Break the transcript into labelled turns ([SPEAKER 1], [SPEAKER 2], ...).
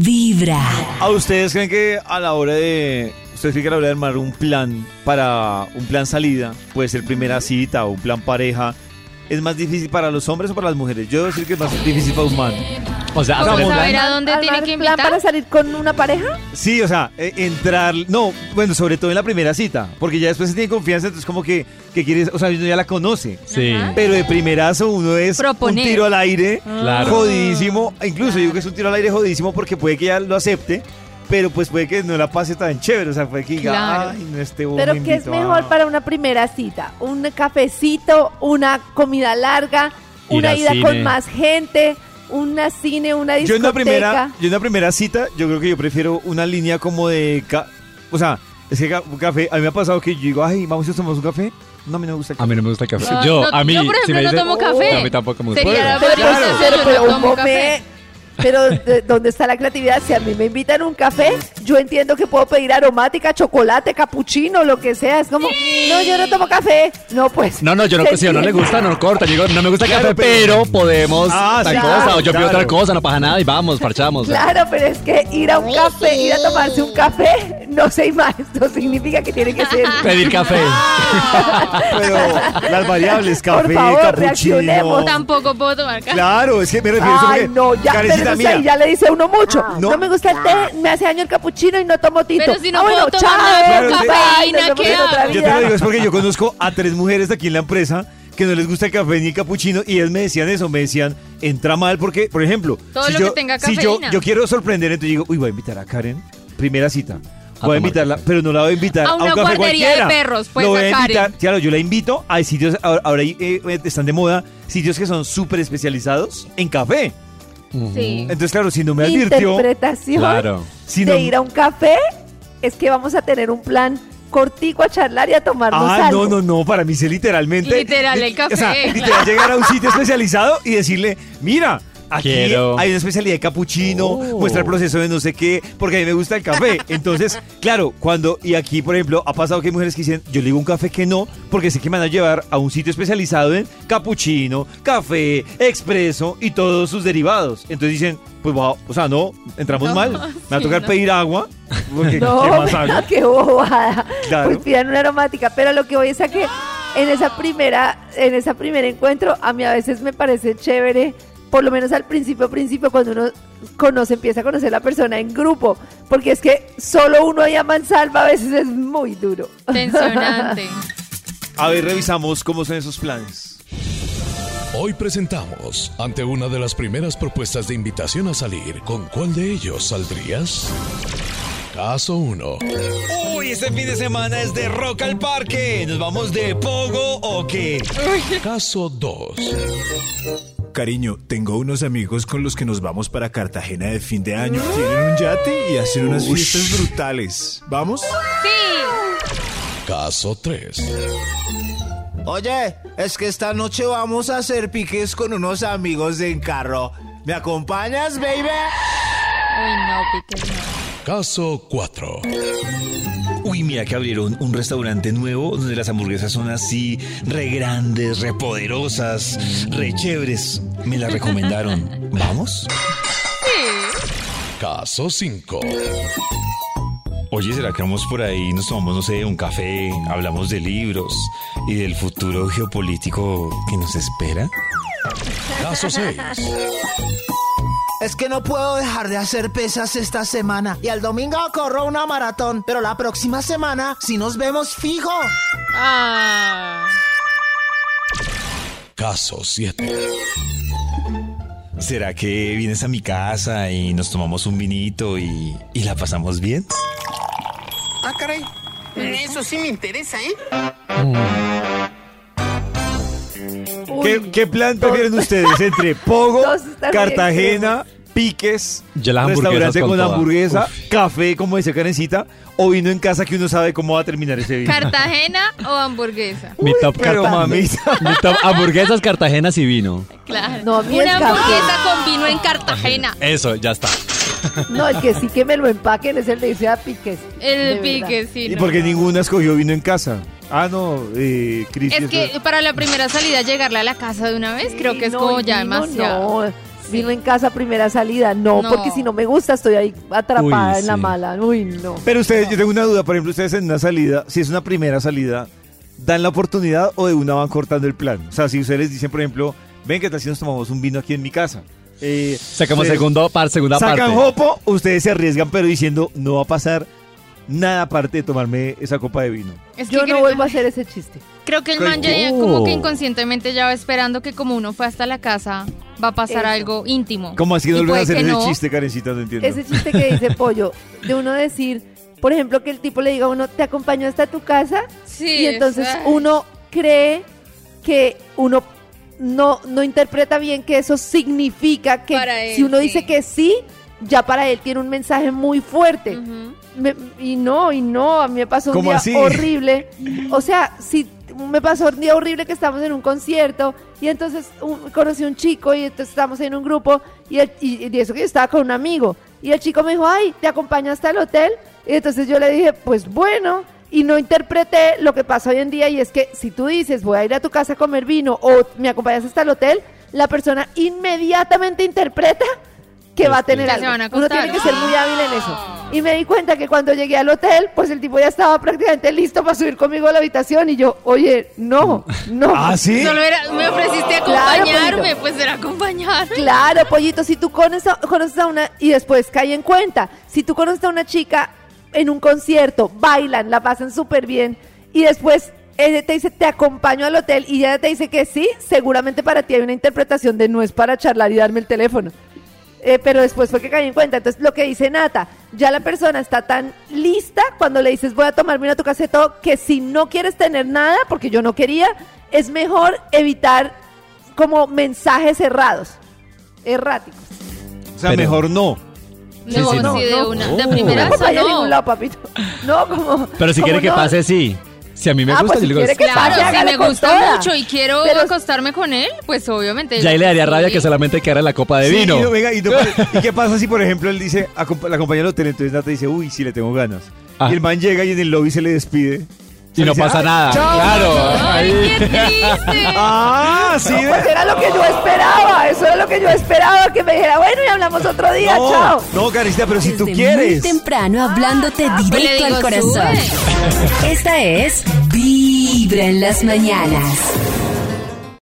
[SPEAKER 1] Vibra.
[SPEAKER 2] ¿A Ah, ustedes creen que a la hora de. Ustedes creen que a la hora de armar un plan para. un plan salida, puede ser primera cita o un plan pareja. ¿Es más difícil para los hombres o para las mujeres? Yo debo decir que es más difícil para un man.
[SPEAKER 3] O sea,
[SPEAKER 4] ¿Cómo
[SPEAKER 3] hacer el
[SPEAKER 4] saber
[SPEAKER 3] plan.
[SPEAKER 4] a dónde
[SPEAKER 5] ¿Armar
[SPEAKER 4] tiene que
[SPEAKER 5] plan
[SPEAKER 4] invitar?
[SPEAKER 5] para salir con una pareja?
[SPEAKER 2] Sí, o sea, e- entrar. No, bueno, sobre todo en la primera cita. Porque ya después se tiene confianza, entonces como que, que quieres. O sea, uno ya la conoce.
[SPEAKER 3] Sí.
[SPEAKER 4] Ajá.
[SPEAKER 2] Pero de primerazo uno es
[SPEAKER 4] Proponer. Ah.
[SPEAKER 2] un tiro al aire
[SPEAKER 3] Claro.
[SPEAKER 2] jodidísimo. Incluso digo que es un tiro al aire jodidísimo porque puede que ya lo acepte, pero pues puede que no la pase tan chévere. O sea, puede que diga,
[SPEAKER 4] Claro.
[SPEAKER 2] ay, no este bobo
[SPEAKER 5] Pero
[SPEAKER 2] me
[SPEAKER 5] ¿qué es
[SPEAKER 2] invitó a-
[SPEAKER 5] mejor para una primera cita? ¿Un cafecito, una comida larga,
[SPEAKER 3] Ir
[SPEAKER 5] una
[SPEAKER 3] al
[SPEAKER 5] ida
[SPEAKER 3] cine.
[SPEAKER 5] con más gente, una cine, una discoteca?
[SPEAKER 2] Yo en, la primera, yo en la primera cita, yo creo que yo prefiero una línea como de... ca- o sea, es que ca- un café... A mí me ha pasado que yo digo, ay, vamos a tomar un café. No, a mí no me gusta el
[SPEAKER 3] A
[SPEAKER 2] café.
[SPEAKER 3] mí no me gusta el café.
[SPEAKER 4] No,
[SPEAKER 3] yo,
[SPEAKER 4] no,
[SPEAKER 3] a mí.
[SPEAKER 4] yo, por ejemplo,
[SPEAKER 3] me
[SPEAKER 4] no
[SPEAKER 3] dicen-
[SPEAKER 4] tomo café.
[SPEAKER 3] A mí tampoco me gusta.
[SPEAKER 4] Sería
[SPEAKER 3] Pero-
[SPEAKER 4] la
[SPEAKER 5] Pero, pues,
[SPEAKER 4] Claro.
[SPEAKER 5] pero,
[SPEAKER 4] Yo
[SPEAKER 5] pero
[SPEAKER 4] no
[SPEAKER 5] un
[SPEAKER 4] tomo
[SPEAKER 5] café.
[SPEAKER 4] café.
[SPEAKER 5] Pero ¿de- ¿dónde está la creatividad? Si a mí me invitan un café, yo entiendo que puedo pedir aromática, chocolate, capuchino, lo que sea. Es como, no, yo no tomo café. No, pues.
[SPEAKER 3] No, no, yo no,
[SPEAKER 5] se
[SPEAKER 3] si no le
[SPEAKER 5] entiende.
[SPEAKER 3] gusta, no corta. Yo digo, no me gusta el
[SPEAKER 2] Claro,
[SPEAKER 3] café,
[SPEAKER 2] pero-
[SPEAKER 3] pero, podemos
[SPEAKER 2] Ah,
[SPEAKER 3] tal
[SPEAKER 2] sí,
[SPEAKER 3] cosa. O yo pido
[SPEAKER 2] claro.
[SPEAKER 3] otra cosa, no pasa nada y vamos, parchamos.
[SPEAKER 5] Claro, pero es que ir a un café, ir a tomarse un café, no sé más. No significa que tiene que ser.
[SPEAKER 3] Pedir café.
[SPEAKER 4] Ah,
[SPEAKER 2] Pero las variables,
[SPEAKER 5] Por
[SPEAKER 2] café,
[SPEAKER 5] favor,
[SPEAKER 2] capuchino...
[SPEAKER 5] reaccionemos.
[SPEAKER 4] Tampoco puedo tomar café.
[SPEAKER 2] Claro, es que me refiero a
[SPEAKER 5] Ay, no, ya, pero
[SPEAKER 2] Karencita,
[SPEAKER 5] eso sí,
[SPEAKER 2] mira,
[SPEAKER 5] ya le dice uno mucho.
[SPEAKER 2] No.
[SPEAKER 5] No, me gusta el té, me hace daño el capuchino y no tomo tito.
[SPEAKER 4] Ah. Pero si no
[SPEAKER 5] Ah, bueno,
[SPEAKER 4] puedo
[SPEAKER 5] chao,
[SPEAKER 4] tomar nada
[SPEAKER 2] con
[SPEAKER 5] bye,
[SPEAKER 4] cafeína,
[SPEAKER 5] nos vemos
[SPEAKER 4] ¿qué
[SPEAKER 5] en otra
[SPEAKER 4] hago?
[SPEAKER 2] Yo te lo
[SPEAKER 5] vida.
[SPEAKER 2] digo, es porque yo conozco a tres mujeres de aquí en la empresa que no les gusta el café ni el capuchino y ellas me decían eso, me decían, entra mal porque, por ejemplo,
[SPEAKER 4] Todo
[SPEAKER 2] si,
[SPEAKER 4] lo
[SPEAKER 2] yo,
[SPEAKER 4] que tenga
[SPEAKER 2] si yo,
[SPEAKER 4] cafeína.
[SPEAKER 2] yo quiero sorprender, entonces digo, uy, voy a invitar a Karen, primera cita.
[SPEAKER 3] A
[SPEAKER 2] Voy a
[SPEAKER 3] tomar
[SPEAKER 2] invitarla,
[SPEAKER 3] café.
[SPEAKER 2] pero no la voy a invitar
[SPEAKER 4] A
[SPEAKER 2] a, un
[SPEAKER 4] una
[SPEAKER 2] café
[SPEAKER 4] guardería de
[SPEAKER 2] cualquiera.
[SPEAKER 4] perros, pues,
[SPEAKER 2] Lo voy
[SPEAKER 4] a
[SPEAKER 2] a
[SPEAKER 4] Karen.
[SPEAKER 2] invitar, claro, yo la invito a sitios, ahora, ahora ahí, eh, están de moda, sitios que son súper especializados en café.
[SPEAKER 4] Sí.
[SPEAKER 2] Entonces, claro, si no me advirtió,
[SPEAKER 5] Interpretación
[SPEAKER 3] Claro.
[SPEAKER 2] si no,
[SPEAKER 5] de ir a un café es que vamos a tener un plan cortico a charlar y a tomarnos
[SPEAKER 2] Ah,
[SPEAKER 5] algo.
[SPEAKER 2] no, no, no, para mí sí literalmente.
[SPEAKER 4] Literal, el café,
[SPEAKER 2] O sea,
[SPEAKER 4] claro.
[SPEAKER 2] literal llegar a un sitio especializado y decirle, mira, aquí
[SPEAKER 3] Quiero.
[SPEAKER 2] hay una especialidad de capuchino,
[SPEAKER 3] Oh.
[SPEAKER 2] muestra el proceso de no sé qué, porque a mí me gusta el café. Entonces, claro, cuando, y aquí, por ejemplo, ha pasado que hay mujeres que dicen, yo le digo un café que no, porque sé que me van a llevar a un sitio especializado en capuchino, café, expreso y todos sus derivados. Entonces dicen, pues, wow, o sea, no, entramos
[SPEAKER 4] No,
[SPEAKER 2] mal, me va a
[SPEAKER 4] sí,
[SPEAKER 2] tocar
[SPEAKER 4] no.
[SPEAKER 2] pedir agua, porque ¿qué
[SPEAKER 5] No,
[SPEAKER 2] más hago?
[SPEAKER 5] qué bobada.
[SPEAKER 2] Claro.
[SPEAKER 5] Pues pidan una aromática. Pero lo que voy es a que en esa primera, en esa primer encuentro, a mí a veces me parece chévere, por lo menos al principio, principio, cuando uno conoce, empieza a conocer a la persona en grupo. Porque es que solo uno ahí a mansalva a veces es muy duro.
[SPEAKER 4] Tensionante.
[SPEAKER 2] A ver, revisamos cómo son esos planes.
[SPEAKER 6] Hoy presentamos, ante una de las primeras propuestas de invitación a salir, ¿con cuál de ellos saldrías? Caso 1.
[SPEAKER 2] Uy, este fin de semana es de Rock al Parque. ¿Nos vamos de Pogo o qué?
[SPEAKER 6] Caso 2.
[SPEAKER 7] Cariño, tengo unos amigos con los que nos vamos para Cartagena de fin de año. Tienen un yate y hacen unas fiestas brutales. ¿Vamos?
[SPEAKER 6] Caso 3.
[SPEAKER 8] Oye, es que esta noche vamos a hacer piques con unos amigos en carro. ¿Me acompañas, baby?
[SPEAKER 4] Uy, no, Piqué. no.
[SPEAKER 6] Caso 4.
[SPEAKER 2] Uy, mira que abrieron un restaurante nuevo donde las hamburguesas son así, re grandes, re poderosas, re chéveres. Me la recomendaron. ¿Vamos?
[SPEAKER 6] Caso 5.
[SPEAKER 2] Oye, ¿será que vamos por ahí, nos tomamos, no sé, un café, hablamos de libros y del futuro geopolítico que nos espera?
[SPEAKER 6] Caso 6.
[SPEAKER 8] Es que no puedo dejar de hacer pesas esta semana. Y al domingo corro una maratón. Pero la próxima semana, si nos vemos fijo.
[SPEAKER 4] Ah.
[SPEAKER 6] Caso 7.
[SPEAKER 2] ¿Será que vienes a mi casa y nos tomamos un vinito y, y la pasamos bien?
[SPEAKER 9] Ah, caray. Eso sí me interesa, ¿eh?
[SPEAKER 2] ¿Qué, qué plan prefieren ustedes entre Pogo,
[SPEAKER 5] Dos están
[SPEAKER 2] Cartagena, Piques,
[SPEAKER 3] Yo las hamburguesas
[SPEAKER 2] restaurante con,
[SPEAKER 3] con toda.
[SPEAKER 2] hamburguesa, café, como dice Karencita, o vino en casa que uno sabe cómo va a terminar ese vino?
[SPEAKER 4] ¿Cartagena o hamburguesa?
[SPEAKER 3] Mi top
[SPEAKER 2] Pero
[SPEAKER 3] carta-
[SPEAKER 2] mamita,
[SPEAKER 3] Mi top hamburguesas, Cartagena y vino.
[SPEAKER 4] Claro.
[SPEAKER 5] No, a mí el
[SPEAKER 4] Una
[SPEAKER 5] café.
[SPEAKER 4] hamburguesa con vino en Cartagena.
[SPEAKER 3] Eso, ya está.
[SPEAKER 5] No, el que sí que me lo empaquen es el de Isea Piques.
[SPEAKER 4] El
[SPEAKER 5] de verdad.
[SPEAKER 4] pique, sí.
[SPEAKER 2] ¿y
[SPEAKER 4] no.
[SPEAKER 2] por qué ninguna escogió vino en casa? Ah, no, eh, Cris.
[SPEAKER 4] Es que para la primera salida llegarle a la casa de una vez creo que es
[SPEAKER 5] Vino
[SPEAKER 4] como
[SPEAKER 5] y
[SPEAKER 4] ya
[SPEAKER 5] vino,
[SPEAKER 4] demasiado.
[SPEAKER 5] No. vino en casa, primera salida. No,
[SPEAKER 4] No.
[SPEAKER 5] porque si no me gusta, estoy ahí atrapada
[SPEAKER 3] Uy,
[SPEAKER 5] en la
[SPEAKER 3] sí.
[SPEAKER 5] mala. Uy, no.
[SPEAKER 2] Pero ustedes, yo tengo una duda, por ejemplo, ustedes en una salida, si es una primera salida, ¿dan la oportunidad o de una van cortando el plan? O sea, si ustedes dicen, por ejemplo, ven que tal si nos tomamos un vino aquí en mi casa. Eh,
[SPEAKER 3] Sacamos
[SPEAKER 2] Sí.
[SPEAKER 3] segundo par, segunda parte.
[SPEAKER 2] sacan jopo, ustedes se arriesgan, pero diciendo, no va a pasar nada aparte de tomarme esa copa de vino.
[SPEAKER 4] Es que
[SPEAKER 5] Yo
[SPEAKER 4] creo-
[SPEAKER 5] no vuelvo a hacer ese chiste.
[SPEAKER 4] Creo que el man ya
[SPEAKER 3] Creo- Uh.
[SPEAKER 4] como que inconscientemente ya va esperando que como uno fue hasta la casa, va a pasar
[SPEAKER 5] Eso.
[SPEAKER 4] algo íntimo.
[SPEAKER 2] ¿Cómo así
[SPEAKER 4] Y
[SPEAKER 2] que no vuelven a
[SPEAKER 4] puede
[SPEAKER 2] hacer
[SPEAKER 4] que
[SPEAKER 2] ese
[SPEAKER 4] no.
[SPEAKER 2] chiste, Karencita? No entiendo.
[SPEAKER 5] Ese chiste que dice Pollo, de uno decir, por ejemplo, que el tipo le diga a uno, te acompaño hasta tu casa,
[SPEAKER 4] Sí,
[SPEAKER 5] y entonces
[SPEAKER 4] ay.
[SPEAKER 5] uno cree que uno no, no interpreta bien que eso significa que
[SPEAKER 4] Para él,
[SPEAKER 5] si uno
[SPEAKER 4] sí.
[SPEAKER 5] dice que sí, ya para él tiene un mensaje muy fuerte.
[SPEAKER 4] Ujú.
[SPEAKER 5] Me- y no, y no, a mí me pasó un
[SPEAKER 2] ¿Cómo
[SPEAKER 5] día
[SPEAKER 2] así?
[SPEAKER 5] horrible. O sea, sí, me pasó un día horrible que estábamos en un concierto y entonces un- conocí a un chico y entonces estábamos en un grupo y, el- y- y eso que yo estaba con un amigo. Y el chico me dijo, ay, ¿te acompaño hasta el hotel? Y entonces yo le dije, pues bueno. Y no interpreté lo que pasa hoy en día y es que si tú dices, voy a ir a tu casa a comer vino o me acompañas hasta el hotel, la persona inmediatamente interpreta que va a tener
[SPEAKER 4] Ya
[SPEAKER 5] algo.
[SPEAKER 4] se van a
[SPEAKER 5] Uno tiene
[SPEAKER 4] acostar.
[SPEAKER 5] que ser muy hábil en eso. Y me di cuenta que cuando llegué al hotel, pues el tipo ya estaba prácticamente listo para subir conmigo a la habitación y yo, oye, no, no.
[SPEAKER 2] ¿Ah, sí?
[SPEAKER 4] Solo era, me ofreciste
[SPEAKER 5] Claro,
[SPEAKER 4] acompañarme,
[SPEAKER 5] pollito.
[SPEAKER 4] pues era acompañarme.
[SPEAKER 5] Ah, Claro, pollito, si tú conoces a, conoces a una, y después cae en cuenta, si tú conoces a una chica en un concierto, bailan, la pasan súper bien, y después ella te dice, te acompaño al hotel, y ella te dice que sí, seguramente para ti hay una interpretación de no es para charlar y darme el teléfono. Eh, pero después fue que caí en cuenta. Entonces, lo que dice Nata, ya la persona está tan lista cuando le dices voy a tomarme una tu casa y todo, que si no quieres tener nada, porque yo no quería, es mejor evitar como mensajes cerrados, erráticos.
[SPEAKER 2] O sea,
[SPEAKER 3] Pero-
[SPEAKER 2] mejor no.
[SPEAKER 3] Sí,
[SPEAKER 4] No,
[SPEAKER 3] sí, no.
[SPEAKER 4] sí, de una. De
[SPEAKER 3] No.
[SPEAKER 5] No me
[SPEAKER 4] primera,
[SPEAKER 5] acompaña a
[SPEAKER 4] no.
[SPEAKER 5] ningún lado, papito. No, como.
[SPEAKER 3] Pero si
[SPEAKER 5] como
[SPEAKER 3] quiere que
[SPEAKER 5] no.
[SPEAKER 3] pase, sí. Si a mí me
[SPEAKER 5] Ah,
[SPEAKER 3] gusta,
[SPEAKER 5] pues
[SPEAKER 3] yo
[SPEAKER 5] si
[SPEAKER 3] le digo,
[SPEAKER 5] quiere que
[SPEAKER 4] Claro,
[SPEAKER 5] pase,
[SPEAKER 4] si
[SPEAKER 5] hágalo
[SPEAKER 4] me
[SPEAKER 5] con
[SPEAKER 4] gusta
[SPEAKER 5] toda.
[SPEAKER 4] mucho y quiero
[SPEAKER 5] Pero-
[SPEAKER 4] acostarme con él, pues obviamente.
[SPEAKER 3] ya ahí le daría
[SPEAKER 4] sí.
[SPEAKER 3] rabia que solamente quedara la copa de
[SPEAKER 2] Sí,
[SPEAKER 3] vino.
[SPEAKER 2] y no, venga, y, no- ¿y qué pasa si, por ejemplo, él dice, "Acompa- la compañía del hotel, entonces Nata dice, uy, sí, le tengo ganas.
[SPEAKER 3] Ah.
[SPEAKER 2] Y el man llega y en el lobby se le despide.
[SPEAKER 3] Y no pasa nada. Claro.
[SPEAKER 4] Ay,
[SPEAKER 3] ahí.
[SPEAKER 4] qué triste.
[SPEAKER 2] ¡Ah, sí! ve!
[SPEAKER 5] Pues era lo que yo esperaba, eso era lo que yo esperaba, que me dijera, bueno, y hablamos otro día,
[SPEAKER 2] no,
[SPEAKER 5] chao.
[SPEAKER 2] no, Karencita, pero si tú
[SPEAKER 1] Desde Muy
[SPEAKER 2] quieres.
[SPEAKER 1] temprano hablándote
[SPEAKER 4] pues le
[SPEAKER 1] directo al
[SPEAKER 4] digo,
[SPEAKER 1] corazón. Esta es Vibra en las mañanas.